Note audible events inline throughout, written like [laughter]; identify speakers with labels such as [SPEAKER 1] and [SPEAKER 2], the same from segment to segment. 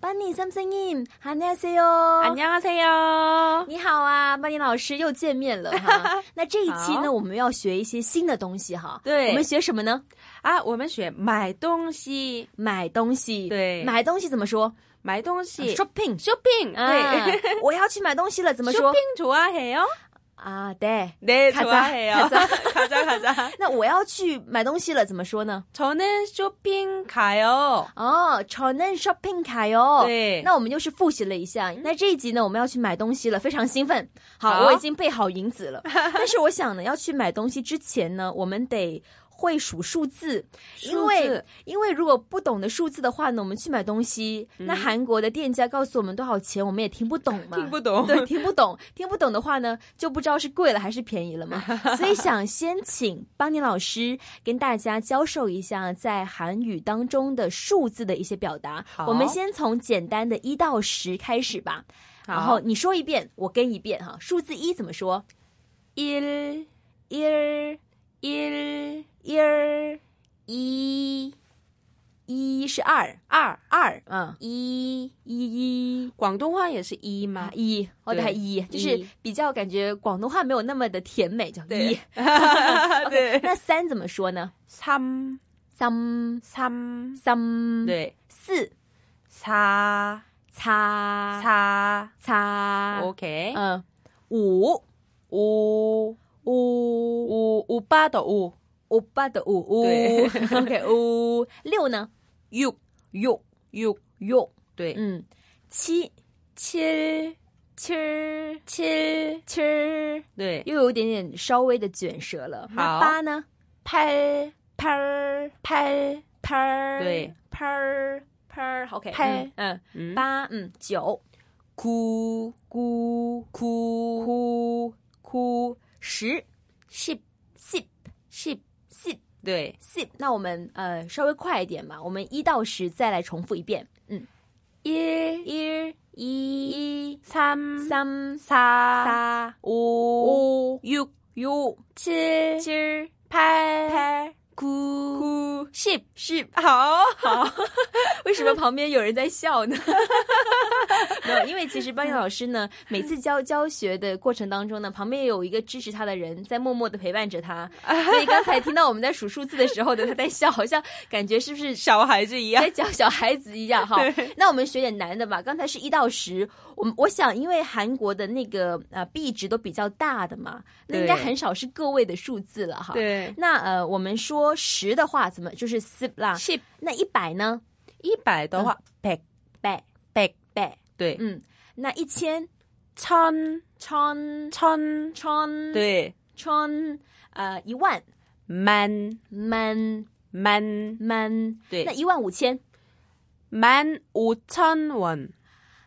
[SPEAKER 1] 班尼 선생님, 안녕하세요.
[SPEAKER 2] 안녕하세요.
[SPEAKER 1] 你好啊，曼妮老师又见面了
[SPEAKER 2] [laughs]
[SPEAKER 1] 哈。那这一期呢，
[SPEAKER 2] 好
[SPEAKER 1] 我们要学一些新的东西哈。
[SPEAKER 2] 对
[SPEAKER 1] 我们学什么呢？
[SPEAKER 2] 啊，我们学买东西，
[SPEAKER 1] 买东西。
[SPEAKER 2] 对
[SPEAKER 1] 买东西怎么说啊
[SPEAKER 2] 买东西。
[SPEAKER 1] ？shopping。
[SPEAKER 2] 아, 쇼핑.
[SPEAKER 1] 啊
[SPEAKER 2] 네. ， [laughs]
[SPEAKER 1] 我要去买东西了，怎么说
[SPEAKER 2] 쇼핑 좋아해요?
[SPEAKER 1] 啊？对，
[SPEAKER 2] 네,
[SPEAKER 1] 가자,
[SPEAKER 2] 좋아해요.
[SPEAKER 1] 가자.
[SPEAKER 2] [laughs] 가자, 가자.
[SPEAKER 1] 那我要去买东西了，怎么说呢？
[SPEAKER 2] 저는 쇼핑 가요.
[SPEAKER 1] 哦，저는 shopping 가요。
[SPEAKER 2] 对嗯
[SPEAKER 1] 那我们又是复习了一下。那这一集呢，我们要去买东西了，非常兴奋。好，
[SPEAKER 2] 好
[SPEAKER 1] 我已经备好银子
[SPEAKER 2] [laughs]
[SPEAKER 1] 了。但是我想呢，要去买东西之前呢，我们得。会数数字，因
[SPEAKER 2] 数
[SPEAKER 1] 为
[SPEAKER 2] 字
[SPEAKER 1] 因为如果不懂得数字的话呢，我们去买东西，
[SPEAKER 2] 嗯
[SPEAKER 1] 那韩国的店家告诉我们多少钱，我们也听不懂嘛，
[SPEAKER 2] 听不懂 [laughs]
[SPEAKER 1] 对，听不懂，听不懂的话呢，就不知道是贵了还是便宜了
[SPEAKER 2] [laughs]
[SPEAKER 1] 嘛。所以想先请邦尼老师跟大家教授一下在韩语当中的数字的一些表达。
[SPEAKER 2] 好
[SPEAKER 1] 我们先从简单的一到十开始吧，然后你说一遍，我跟一遍哈。数字一怎么说？
[SPEAKER 2] 1,
[SPEAKER 1] 一儿
[SPEAKER 2] 1,
[SPEAKER 1] 一儿
[SPEAKER 2] 2,
[SPEAKER 1] 一是二二二，嗯，
[SPEAKER 2] 2.
[SPEAKER 1] 一一。
[SPEAKER 2] 广东话也是1吗
[SPEAKER 1] 啊，
[SPEAKER 2] [laughs]
[SPEAKER 1] 一哦，对，
[SPEAKER 2] 对
[SPEAKER 1] 一就是
[SPEAKER 2] 一
[SPEAKER 1] 比较感觉广东话没有那么的甜美，叫
[SPEAKER 2] 对
[SPEAKER 1] 一。
[SPEAKER 2] 对
[SPEAKER 1] [laughs] 那三怎么说呢？
[SPEAKER 2] 3,
[SPEAKER 1] 三
[SPEAKER 2] 3.
[SPEAKER 1] 三
[SPEAKER 2] 对
[SPEAKER 1] 四
[SPEAKER 2] 4,
[SPEAKER 1] 擦
[SPEAKER 2] 4. 아.
[SPEAKER 1] 擦，
[SPEAKER 2] 오케이.
[SPEAKER 1] 嗯，五
[SPEAKER 2] 5,
[SPEAKER 1] 五
[SPEAKER 2] 5, 오빠도 5.
[SPEAKER 1] 欧巴的五五
[SPEAKER 2] [laughs] 对
[SPEAKER 1] ，OK 五六呢？
[SPEAKER 2] 6,
[SPEAKER 1] 六
[SPEAKER 2] 6.
[SPEAKER 1] 六，
[SPEAKER 2] 对，
[SPEAKER 1] 嗯，七
[SPEAKER 2] 7,
[SPEAKER 1] 七儿
[SPEAKER 2] 7.
[SPEAKER 1] 七儿，
[SPEAKER 2] 네.
[SPEAKER 1] 又有一点点稍微的卷舌了。那
[SPEAKER 2] 好
[SPEAKER 1] 八呢？
[SPEAKER 2] 8,
[SPEAKER 1] 拍儿
[SPEAKER 2] 8.
[SPEAKER 1] 拍儿，
[SPEAKER 2] 对，
[SPEAKER 1] 拍儿拍儿，OK
[SPEAKER 2] 拍
[SPEAKER 1] 嗯嗯。
[SPEAKER 2] 음.
[SPEAKER 1] 八嗯九
[SPEAKER 2] 9, 9, 9, 9,
[SPEAKER 1] 十
[SPEAKER 2] 10,
[SPEAKER 1] 十十十
[SPEAKER 2] 네.
[SPEAKER 1] 十，那我们呃稍微快一点吧，我们一到十再来重复一遍。嗯，
[SPEAKER 2] 1,
[SPEAKER 1] 一
[SPEAKER 2] 2,
[SPEAKER 1] 一
[SPEAKER 2] 3,
[SPEAKER 1] 三
[SPEAKER 2] 4,
[SPEAKER 1] 三
[SPEAKER 2] 5,
[SPEAKER 1] 五
[SPEAKER 2] 6,
[SPEAKER 1] 六
[SPEAKER 2] 7,
[SPEAKER 1] 七
[SPEAKER 2] 8,
[SPEAKER 1] 八
[SPEAKER 2] 9,
[SPEAKER 1] 九
[SPEAKER 2] 10.
[SPEAKER 1] 十。
[SPEAKER 2] 好，
[SPEAKER 1] 为什么旁边有人在笑呢？ [laughs] 没有，因为其实班尼老师呢，每次教教学的过程当中呢，旁边也有一个支持他的人在默默的陪伴着 [laughs] 他，所以刚才听到我们在数数字的时候呢，他在笑，好像感觉是不 [laughs] 是
[SPEAKER 2] 小孩子一样
[SPEAKER 1] 在。教小孩子一样哈
[SPEAKER 2] 对。
[SPEAKER 1] 那我们学点难的吧。刚才是一到十，我们我想，因为韩国的那个呃币值都比较大的嘛，那应该
[SPEAKER 2] 对
[SPEAKER 1] 很少是个位的数字了哈。。
[SPEAKER 2] 对，
[SPEAKER 1] 那呃，我们说十的话，怎么就是四啦？
[SPEAKER 2] 10,
[SPEAKER 1] 那一百呢？
[SPEAKER 2] 100的话 100,
[SPEAKER 1] 百
[SPEAKER 2] 100.
[SPEAKER 1] 百，
[SPEAKER 2] 对，
[SPEAKER 1] 嗯，那一千
[SPEAKER 2] 1000,
[SPEAKER 1] 千
[SPEAKER 2] 1000.
[SPEAKER 1] 千
[SPEAKER 2] 对，
[SPEAKER 1] 千呃一万
[SPEAKER 2] man,
[SPEAKER 1] 满
[SPEAKER 2] man,
[SPEAKER 1] 满，
[SPEAKER 2] 对
[SPEAKER 1] 那一万五千
[SPEAKER 2] man 5,000원.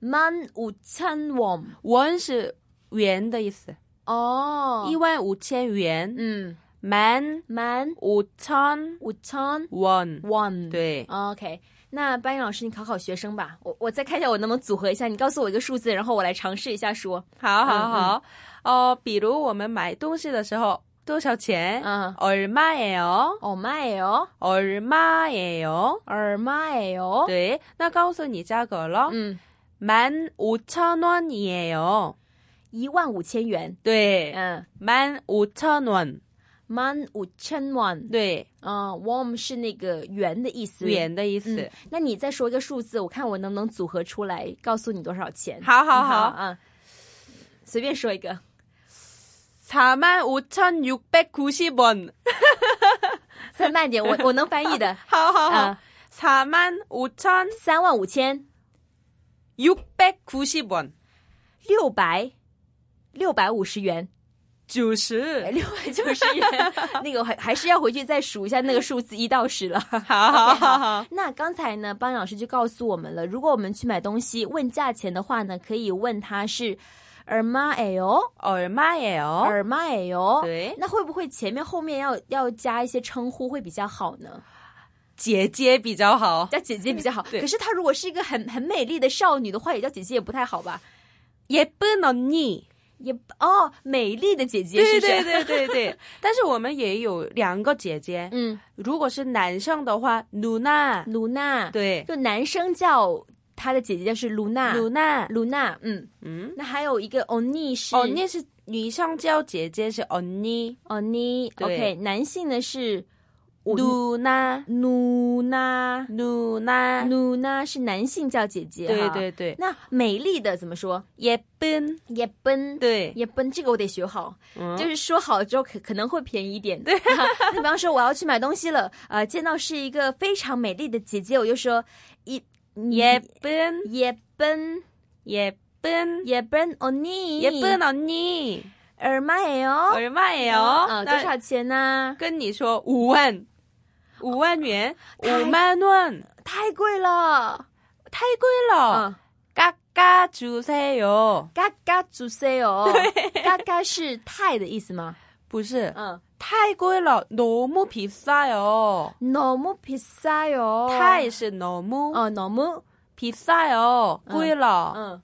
[SPEAKER 1] 满五千万
[SPEAKER 2] 원是元的意思，
[SPEAKER 1] 哦
[SPEAKER 2] 一，万五千元，
[SPEAKER 1] 嗯，
[SPEAKER 2] 满
[SPEAKER 1] 满
[SPEAKER 2] 五千
[SPEAKER 1] 五千
[SPEAKER 2] 万。
[SPEAKER 1] 万，
[SPEAKER 2] 对，
[SPEAKER 1] ，OK。那班燕老师，你考考学生吧。我我再看一下我能不能组合一下，你告诉我一个数字，然后我来尝试一下说。
[SPEAKER 2] 好好好。哦、比如我们买东西的时候多少钱？
[SPEAKER 1] 嗯
[SPEAKER 2] 얼마예요？
[SPEAKER 1] 哦妈耶哦，
[SPEAKER 2] 얼마예요？ 네,
[SPEAKER 1] 尔妈耶哦，
[SPEAKER 2] 对，那告诉你价格了，
[SPEAKER 1] 嗯，
[SPEAKER 2] 满五千원이에요。
[SPEAKER 1] 一万五千元，
[SPEAKER 2] 对，
[SPEAKER 1] 嗯，
[SPEAKER 2] 满五千원。 네,
[SPEAKER 1] 满五千万，
[SPEAKER 2] 对，
[SPEAKER 1] 嗯 w a r m 是那个圆的意思。
[SPEAKER 2] 元的意思。
[SPEAKER 1] 嗯，那你再说一个数字，我看我能不能组合出来，告诉你多少钱。
[SPEAKER 2] 好好
[SPEAKER 1] 嗯
[SPEAKER 2] 好，
[SPEAKER 1] 啊、随便说一个，
[SPEAKER 2] 사만오천육백구십원。
[SPEAKER 1] 再慢点，我我能翻 [laughs] 译的。
[SPEAKER 2] 好好好
[SPEAKER 1] 啊，，
[SPEAKER 2] 사만오천
[SPEAKER 1] 三万五千
[SPEAKER 2] 690원.
[SPEAKER 1] 六百六百五十元，哎 [laughs]
[SPEAKER 2] 90.
[SPEAKER 1] 六百九十元，那个还还是要回去再数一下那个数字一到十了。 [laughs]
[SPEAKER 2] 好好好好。
[SPEAKER 1] 那刚才呢，班老师就告诉我们了，如果我们去买东西问价钱的话呢，可以问他是얼마예요，
[SPEAKER 2] 얼마예요? 네,
[SPEAKER 1] 얼마예요。
[SPEAKER 2] 对.
[SPEAKER 1] 那会不会前面后面要要加一些称呼会比较好呢？
[SPEAKER 2] 제제 比较好.
[SPEAKER 1] 叫姐姐比较好。
[SPEAKER 2] 嗯对
[SPEAKER 1] 可是她如果是一个很很美丽的少女的话，也叫姐姐也不太好吧？
[SPEAKER 2] 예쁜 언니.
[SPEAKER 1] 也哦，美丽的姐姐是不是？
[SPEAKER 2] [laughs] 对对对对对.但是我们也有两个姐姐.
[SPEAKER 1] 嗯，
[SPEAKER 2] 如果是男生的话, 누나.
[SPEAKER 1] 卢娜，
[SPEAKER 2] 对,
[SPEAKER 1] 就男生叫。她的姐姐就是卢娜，
[SPEAKER 2] 露娜，
[SPEAKER 1] 卢娜，嗯，
[SPEAKER 2] 啊嗯，
[SPEAKER 1] 那还有一个欧尼是
[SPEAKER 2] 哦，你是女生叫姐姐是哦，你
[SPEAKER 1] 欧尼
[SPEAKER 2] 对
[SPEAKER 1] ，OK，男性呢是
[SPEAKER 2] 露娜，
[SPEAKER 1] 努娜，
[SPEAKER 2] 露娜，
[SPEAKER 1] 努娜是男性叫姐姐，
[SPEAKER 2] 对
[SPEAKER 1] 哈
[SPEAKER 2] 对。对，
[SPEAKER 1] 那美丽的怎么说？
[SPEAKER 2] 也笨，
[SPEAKER 1] 也奔，
[SPEAKER 2] 对，
[SPEAKER 1] 也奔，这个我得学好。
[SPEAKER 2] 嗯
[SPEAKER 1] 就是说好之后可可能会便宜一点。对、那比方说我要去买东西了，呃，见到是一个非常美丽的姐姐，我就说一
[SPEAKER 2] 也
[SPEAKER 1] 也
[SPEAKER 2] 笨，
[SPEAKER 1] 也奔
[SPEAKER 2] 也笨，
[SPEAKER 1] 也奔哦你
[SPEAKER 2] 也笨哦你，
[SPEAKER 1] 얼마예요？
[SPEAKER 2] 얼마예요？
[SPEAKER 1] 呃，多
[SPEAKER 2] 哦那
[SPEAKER 1] 少钱啊呢？
[SPEAKER 2] 跟你说五万，五万元，五万원，
[SPEAKER 1] 太贵了。
[SPEAKER 2] 太贵了，
[SPEAKER 1] 嗯，
[SPEAKER 2] 깎아주세요。
[SPEAKER 1] 嘎嘎主 C
[SPEAKER 2] [laughs]
[SPEAKER 1] 哦，嘎嘎是太的意思吗？
[SPEAKER 2] 不是，
[SPEAKER 1] 嗯，
[SPEAKER 2] 太贵了，너무비싸요。
[SPEAKER 1] 너무비싸요。
[SPEAKER 2] 타이 是 너무
[SPEAKER 1] 哦，너무
[SPEAKER 2] 비싸요.
[SPEAKER 1] 응.
[SPEAKER 2] 꾸일러
[SPEAKER 1] 嗯，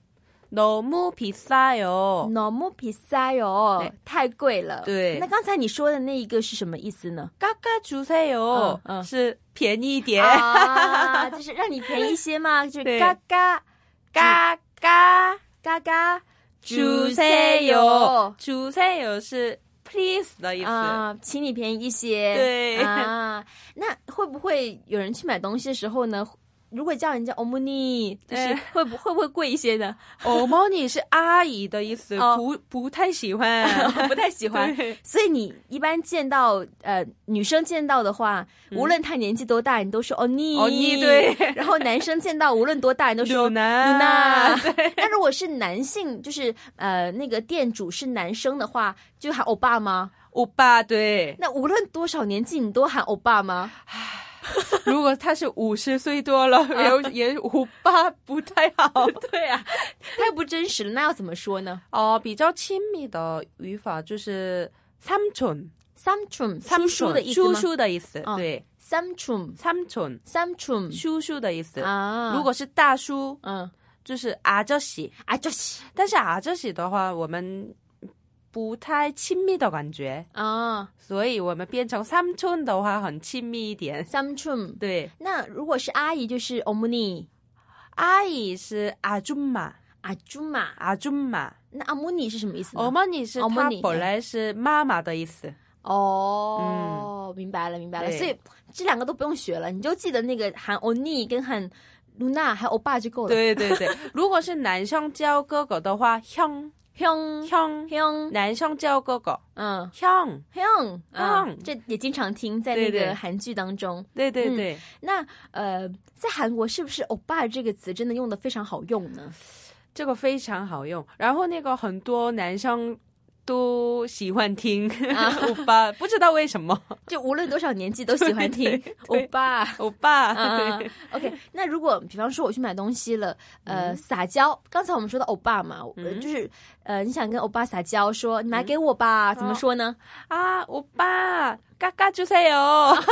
[SPEAKER 2] 너무 비싸요.
[SPEAKER 1] 너무비싸요
[SPEAKER 2] 对，
[SPEAKER 1] 太贵了。
[SPEAKER 2] 哦对
[SPEAKER 1] 那刚才你说的那一个是什么意思呢？
[SPEAKER 2] 깎아주세요.
[SPEAKER 1] 응, 응.
[SPEAKER 2] 是便宜一点
[SPEAKER 1] 啊， [laughs] 就是让你便宜一些
[SPEAKER 2] [laughs]
[SPEAKER 1] 嘛，就是
[SPEAKER 2] 对
[SPEAKER 1] 嘎嘎
[SPEAKER 2] 깎아
[SPEAKER 1] 嘎嘎
[SPEAKER 2] 주세요. 주세요 是 please 的意思。
[SPEAKER 1] 啊，请你便宜一些。
[SPEAKER 2] 对
[SPEAKER 1] 啊，那会不会有人去买东西的时候呢？如果叫人家欧姆
[SPEAKER 2] [laughs]
[SPEAKER 1] 尼，就是
[SPEAKER 2] 哎
[SPEAKER 1] 会不会不会贵一些
[SPEAKER 2] [laughs]
[SPEAKER 1] 呢？
[SPEAKER 2] 어머니是阿姨的意思，
[SPEAKER 1] 哦
[SPEAKER 2] 不不太喜 [laughs] 欢。
[SPEAKER 1] [laughs] 不太喜欢。
[SPEAKER 2] 嗯对
[SPEAKER 1] 所以你一般见到呃女生见到的话，无论她年纪多大，你都说欧尼
[SPEAKER 2] 嗯欧尼对
[SPEAKER 1] [laughs] 然后男生见到无论多大，你都说
[SPEAKER 2] 鲁娜，
[SPEAKER 1] 娜。啊 [laughs] 那如果是男性，就是呃那个店主是男生的话，就喊欧巴吗？
[SPEAKER 2] 欧巴对。
[SPEAKER 1] 那无论多少年纪，你都喊欧巴
[SPEAKER 2] [laughs]
[SPEAKER 1] 吗？
[SPEAKER 2] 如果他是五十岁多了，也也欧巴不太好。
[SPEAKER 1] 对啊，太不真实了。那要怎么说呢
[SPEAKER 2] [laughs] 哦，比较亲密的语法就是삼촌，
[SPEAKER 1] ？Samchum，
[SPEAKER 2] 삼
[SPEAKER 1] 叔叔的意思
[SPEAKER 2] 叔
[SPEAKER 1] 吗
[SPEAKER 2] 叔的意思，哦对，삼촌，
[SPEAKER 1] ？Samchum，Samchum
[SPEAKER 2] 叔叔的意思。
[SPEAKER 1] 啊，
[SPEAKER 2] 如果是大叔，
[SPEAKER 1] 嗯
[SPEAKER 2] 就是阿저씨，
[SPEAKER 1] 啊就是
[SPEAKER 2] 但是阿저씨的话，我们不太亲密的感觉，
[SPEAKER 1] 啊
[SPEAKER 2] 所以我们变成삼촌的话很亲密一点。 [laughs]
[SPEAKER 1] ，Samchum。
[SPEAKER 2] 对，
[SPEAKER 1] 那如果是阿姨，就是欧姆尼
[SPEAKER 2] 阿姨是阿줌마，
[SPEAKER 1] 阿朱玛。
[SPEAKER 2] 阿줌마。
[SPEAKER 1] 那阿姆尼是什么意思呢？
[SPEAKER 2] 어머니是
[SPEAKER 1] 어머니
[SPEAKER 2] 她本来是妈妈的意思。
[SPEAKER 1] 哦，明白了，明白了。
[SPEAKER 2] 对
[SPEAKER 1] 所以这两个都不用学了，你就记得那个喊欧尼跟喊露娜还有欧巴就够了。，
[SPEAKER 2] 对对对，如果是男生叫哥哥的话，형。
[SPEAKER 1] 香
[SPEAKER 2] 형
[SPEAKER 1] 香，
[SPEAKER 2] 男生叫哥哥
[SPEAKER 1] 嗯，
[SPEAKER 2] 형，
[SPEAKER 1] 香啊
[SPEAKER 2] 香，
[SPEAKER 1] 这也经常听在那
[SPEAKER 2] 对对
[SPEAKER 1] 个韩剧当中。
[SPEAKER 2] 对对
[SPEAKER 1] 嗯
[SPEAKER 2] 对，
[SPEAKER 1] 那呃，在韩国是不是“欧巴”这个词真的用的非常好用
[SPEAKER 2] [laughs]
[SPEAKER 1] 呢？
[SPEAKER 2] 这个非常好用。然后那个很多男生都喜欢听 [laughs] 欧巴，不知道为什么
[SPEAKER 1] 就无论多少年纪都喜欢听
[SPEAKER 2] 对
[SPEAKER 1] “欧巴”。
[SPEAKER 2] 欧巴。
[SPEAKER 1] 啊
[SPEAKER 2] 对，
[SPEAKER 1] OK，那如果比方说我去买东西了，呃，撒娇，刚才我们说的欧巴嘛，我就是呃，你想跟欧巴撒娇，说你买给我吧，怎么说呢？
[SPEAKER 2] 啊，欧巴，嘎嘎주세요。
[SPEAKER 1] 아，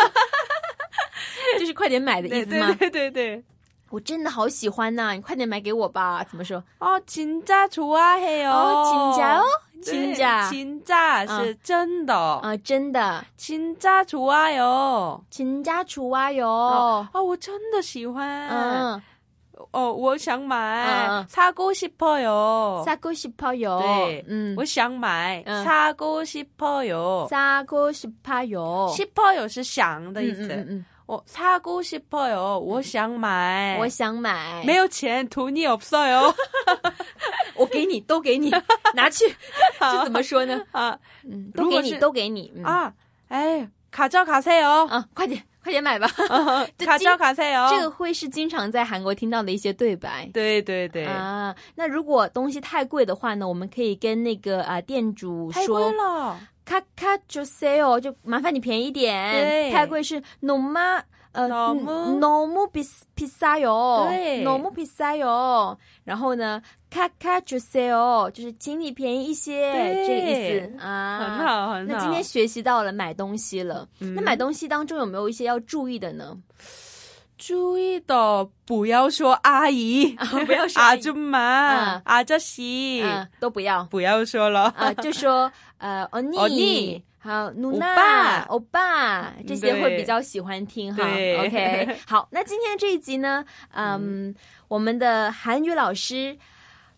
[SPEAKER 1] 就是快点买的意
[SPEAKER 2] 对
[SPEAKER 1] 思
[SPEAKER 2] 对
[SPEAKER 1] 吗？
[SPEAKER 2] 对对对。
[SPEAKER 1] 我真的好喜欢呐，你快点买给我吧，怎么说？
[SPEAKER 2] 哦， 어， 진짜좋아해요。
[SPEAKER 1] 哦，진짜哦， 어，
[SPEAKER 2] 对，
[SPEAKER 1] 진짜 어。
[SPEAKER 2] 진짜是真的。
[SPEAKER 1] 啊，真的，
[SPEAKER 2] 진짜좋아요。
[SPEAKER 1] 진짜除哇哟，
[SPEAKER 2] 哦，我真的喜欢。
[SPEAKER 1] 嗯，
[SPEAKER 2] 哦，我想
[SPEAKER 1] 嗯
[SPEAKER 2] 买
[SPEAKER 1] 嗯。
[SPEAKER 2] 어, 사고싶어요。
[SPEAKER 1] 撒狗喜泡油，
[SPEAKER 2] 对
[SPEAKER 1] 嗯，
[SPEAKER 2] 我想买，
[SPEAKER 1] 嗯
[SPEAKER 2] 사고싶어요。
[SPEAKER 1] 撒狗喜泡油，
[SPEAKER 2] 싶어요是想的
[SPEAKER 1] 嗯
[SPEAKER 2] 意
[SPEAKER 1] 嗯
[SPEAKER 2] 思。
[SPEAKER 1] 嗯
[SPEAKER 2] 我사고싶어요，我想买。
[SPEAKER 1] 嗯，我想买，
[SPEAKER 2] 没有钱，돈이없어요。
[SPEAKER 1] 我给你，都给你，拿去，
[SPEAKER 2] 아,
[SPEAKER 1] 这怎么说呢？
[SPEAKER 2] 啊
[SPEAKER 1] 嗯，
[SPEAKER 2] 如
[SPEAKER 1] 都
[SPEAKER 2] 果
[SPEAKER 1] 给你，
[SPEAKER 2] 是
[SPEAKER 1] 都给你、嗯、
[SPEAKER 2] 啊，哎， 아, 가져가세요，
[SPEAKER 1] 啊！快点， [laughs] 快点买吧。
[SPEAKER 2] [laughs]
[SPEAKER 1] 这
[SPEAKER 2] 가져가세요。
[SPEAKER 1] 这个会是经常在韩国听到的一些对白。
[SPEAKER 2] 对对对，
[SPEAKER 1] 啊，那如果东西太贵的话呢，我们可以跟那个啊、店主
[SPEAKER 2] 太贵
[SPEAKER 1] 说
[SPEAKER 2] 了。
[SPEAKER 1] “卡卡就 say 哦”，就麻烦你便宜点。
[SPEAKER 2] 对
[SPEAKER 1] 太贵是 “no ma”。呃
[SPEAKER 2] 너무
[SPEAKER 1] ，no mu bis pizza 哟
[SPEAKER 2] 对
[SPEAKER 1] ，no mu pizza 哟。然后呢，卡卡就 say 哦，就是请你便宜一些，
[SPEAKER 2] 对
[SPEAKER 1] 这个意思啊，
[SPEAKER 2] 很好，很好。
[SPEAKER 1] 那今天学习到了买东西了，
[SPEAKER 2] 嗯
[SPEAKER 1] 那买东西当中有没有一些要注意的呢？
[SPEAKER 2] 注意的，不要说阿姨，
[SPEAKER 1] 不要说阿
[SPEAKER 2] 阿
[SPEAKER 1] 姨
[SPEAKER 2] [laughs] 舅
[SPEAKER 1] 嗯
[SPEAKER 2] 妈、阿저씨，
[SPEAKER 1] 嗯，都不要
[SPEAKER 2] 不要说了。 [laughs]
[SPEAKER 1] 啊，就说呃，欧尼，
[SPEAKER 2] 欧尼
[SPEAKER 1] 好，努
[SPEAKER 2] 哦欧
[SPEAKER 1] 娜
[SPEAKER 2] 巴，嗯
[SPEAKER 1] 欧巴，这些
[SPEAKER 2] 对
[SPEAKER 1] 会比较喜欢听哈。
[SPEAKER 2] 对 [laughs]
[SPEAKER 1] OK，好，那今天这一集呢，嗯，我们的韩语老师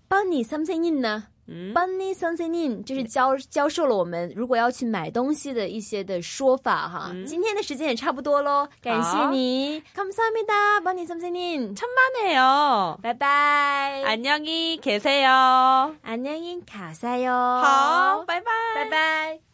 [SPEAKER 1] 帮你 something in 呢？
[SPEAKER 2] 嗯
[SPEAKER 1] Bunny something in 就是教教授了我们如果要去买东西的一些的说法哈。
[SPEAKER 2] 嗯
[SPEAKER 1] 今天的时间也差不多喽，感谢你，감사합니다, Bunny something in，
[SPEAKER 2] 천만에요.
[SPEAKER 1] 拜拜，
[SPEAKER 2] 안녕히 계세요. 어,
[SPEAKER 1] 안녕히 가세요，
[SPEAKER 2] 好，，拜拜，
[SPEAKER 1] 네. 拜拜。